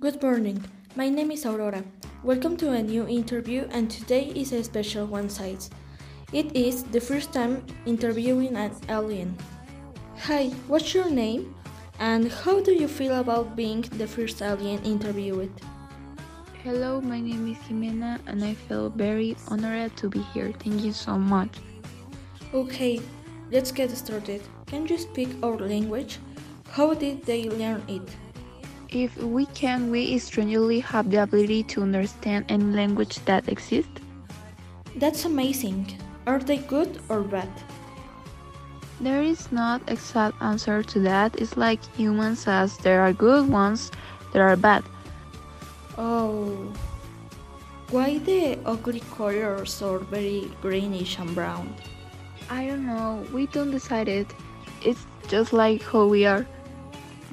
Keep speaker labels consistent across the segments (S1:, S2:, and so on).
S1: Good morning. My name is Aurora. Welcome to a new interview, and today is a special one size. It is the first time interviewing an alien. Hi, what's your name? And how do you feel about being the first alien interviewed?
S2: Hello, my name is Jimena and I feel very honored to be here. Thank you so much.
S1: Okay, let's get started. Can you speak our language? How did they learn it?
S2: If we can, we strangely have the ability to understand any language that exists.
S1: That's amazing. Are they good or bad?
S2: There is not exact answer to that. It's like humans as there are good ones, there are bad.
S1: Oh. Why the ugly colors are very greenish and brown?
S2: I don't know. We don't decide it. It's just like how we are.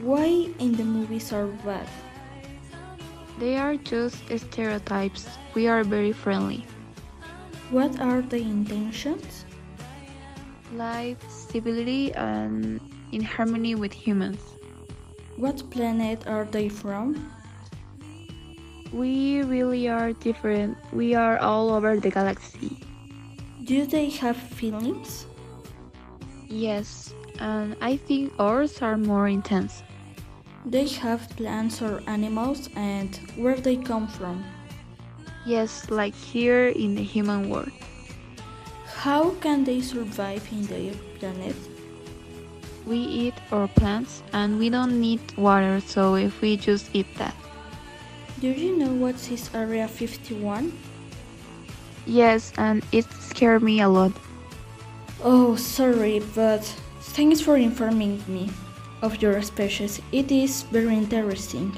S1: Why in the movies are bad?
S2: They are just stereotypes. We are very friendly.
S1: What are the intentions?
S2: Life, stability, and in harmony with humans.
S1: What planet are they from?
S2: We really are different. We are all over the galaxy.
S1: Do they have feelings?
S2: Yes, and I think ours are more intense.
S1: They have plants or animals and where they come from.
S2: Yes, like here in the human world.
S1: How can they survive in their planet?
S2: We eat our plants and we don't need water, so if we just eat that.
S1: Do you know what is Area 51?
S2: Yes, and it scared me a lot.
S1: Oh, sorry, but thanks for informing me of your species. It is very interesting.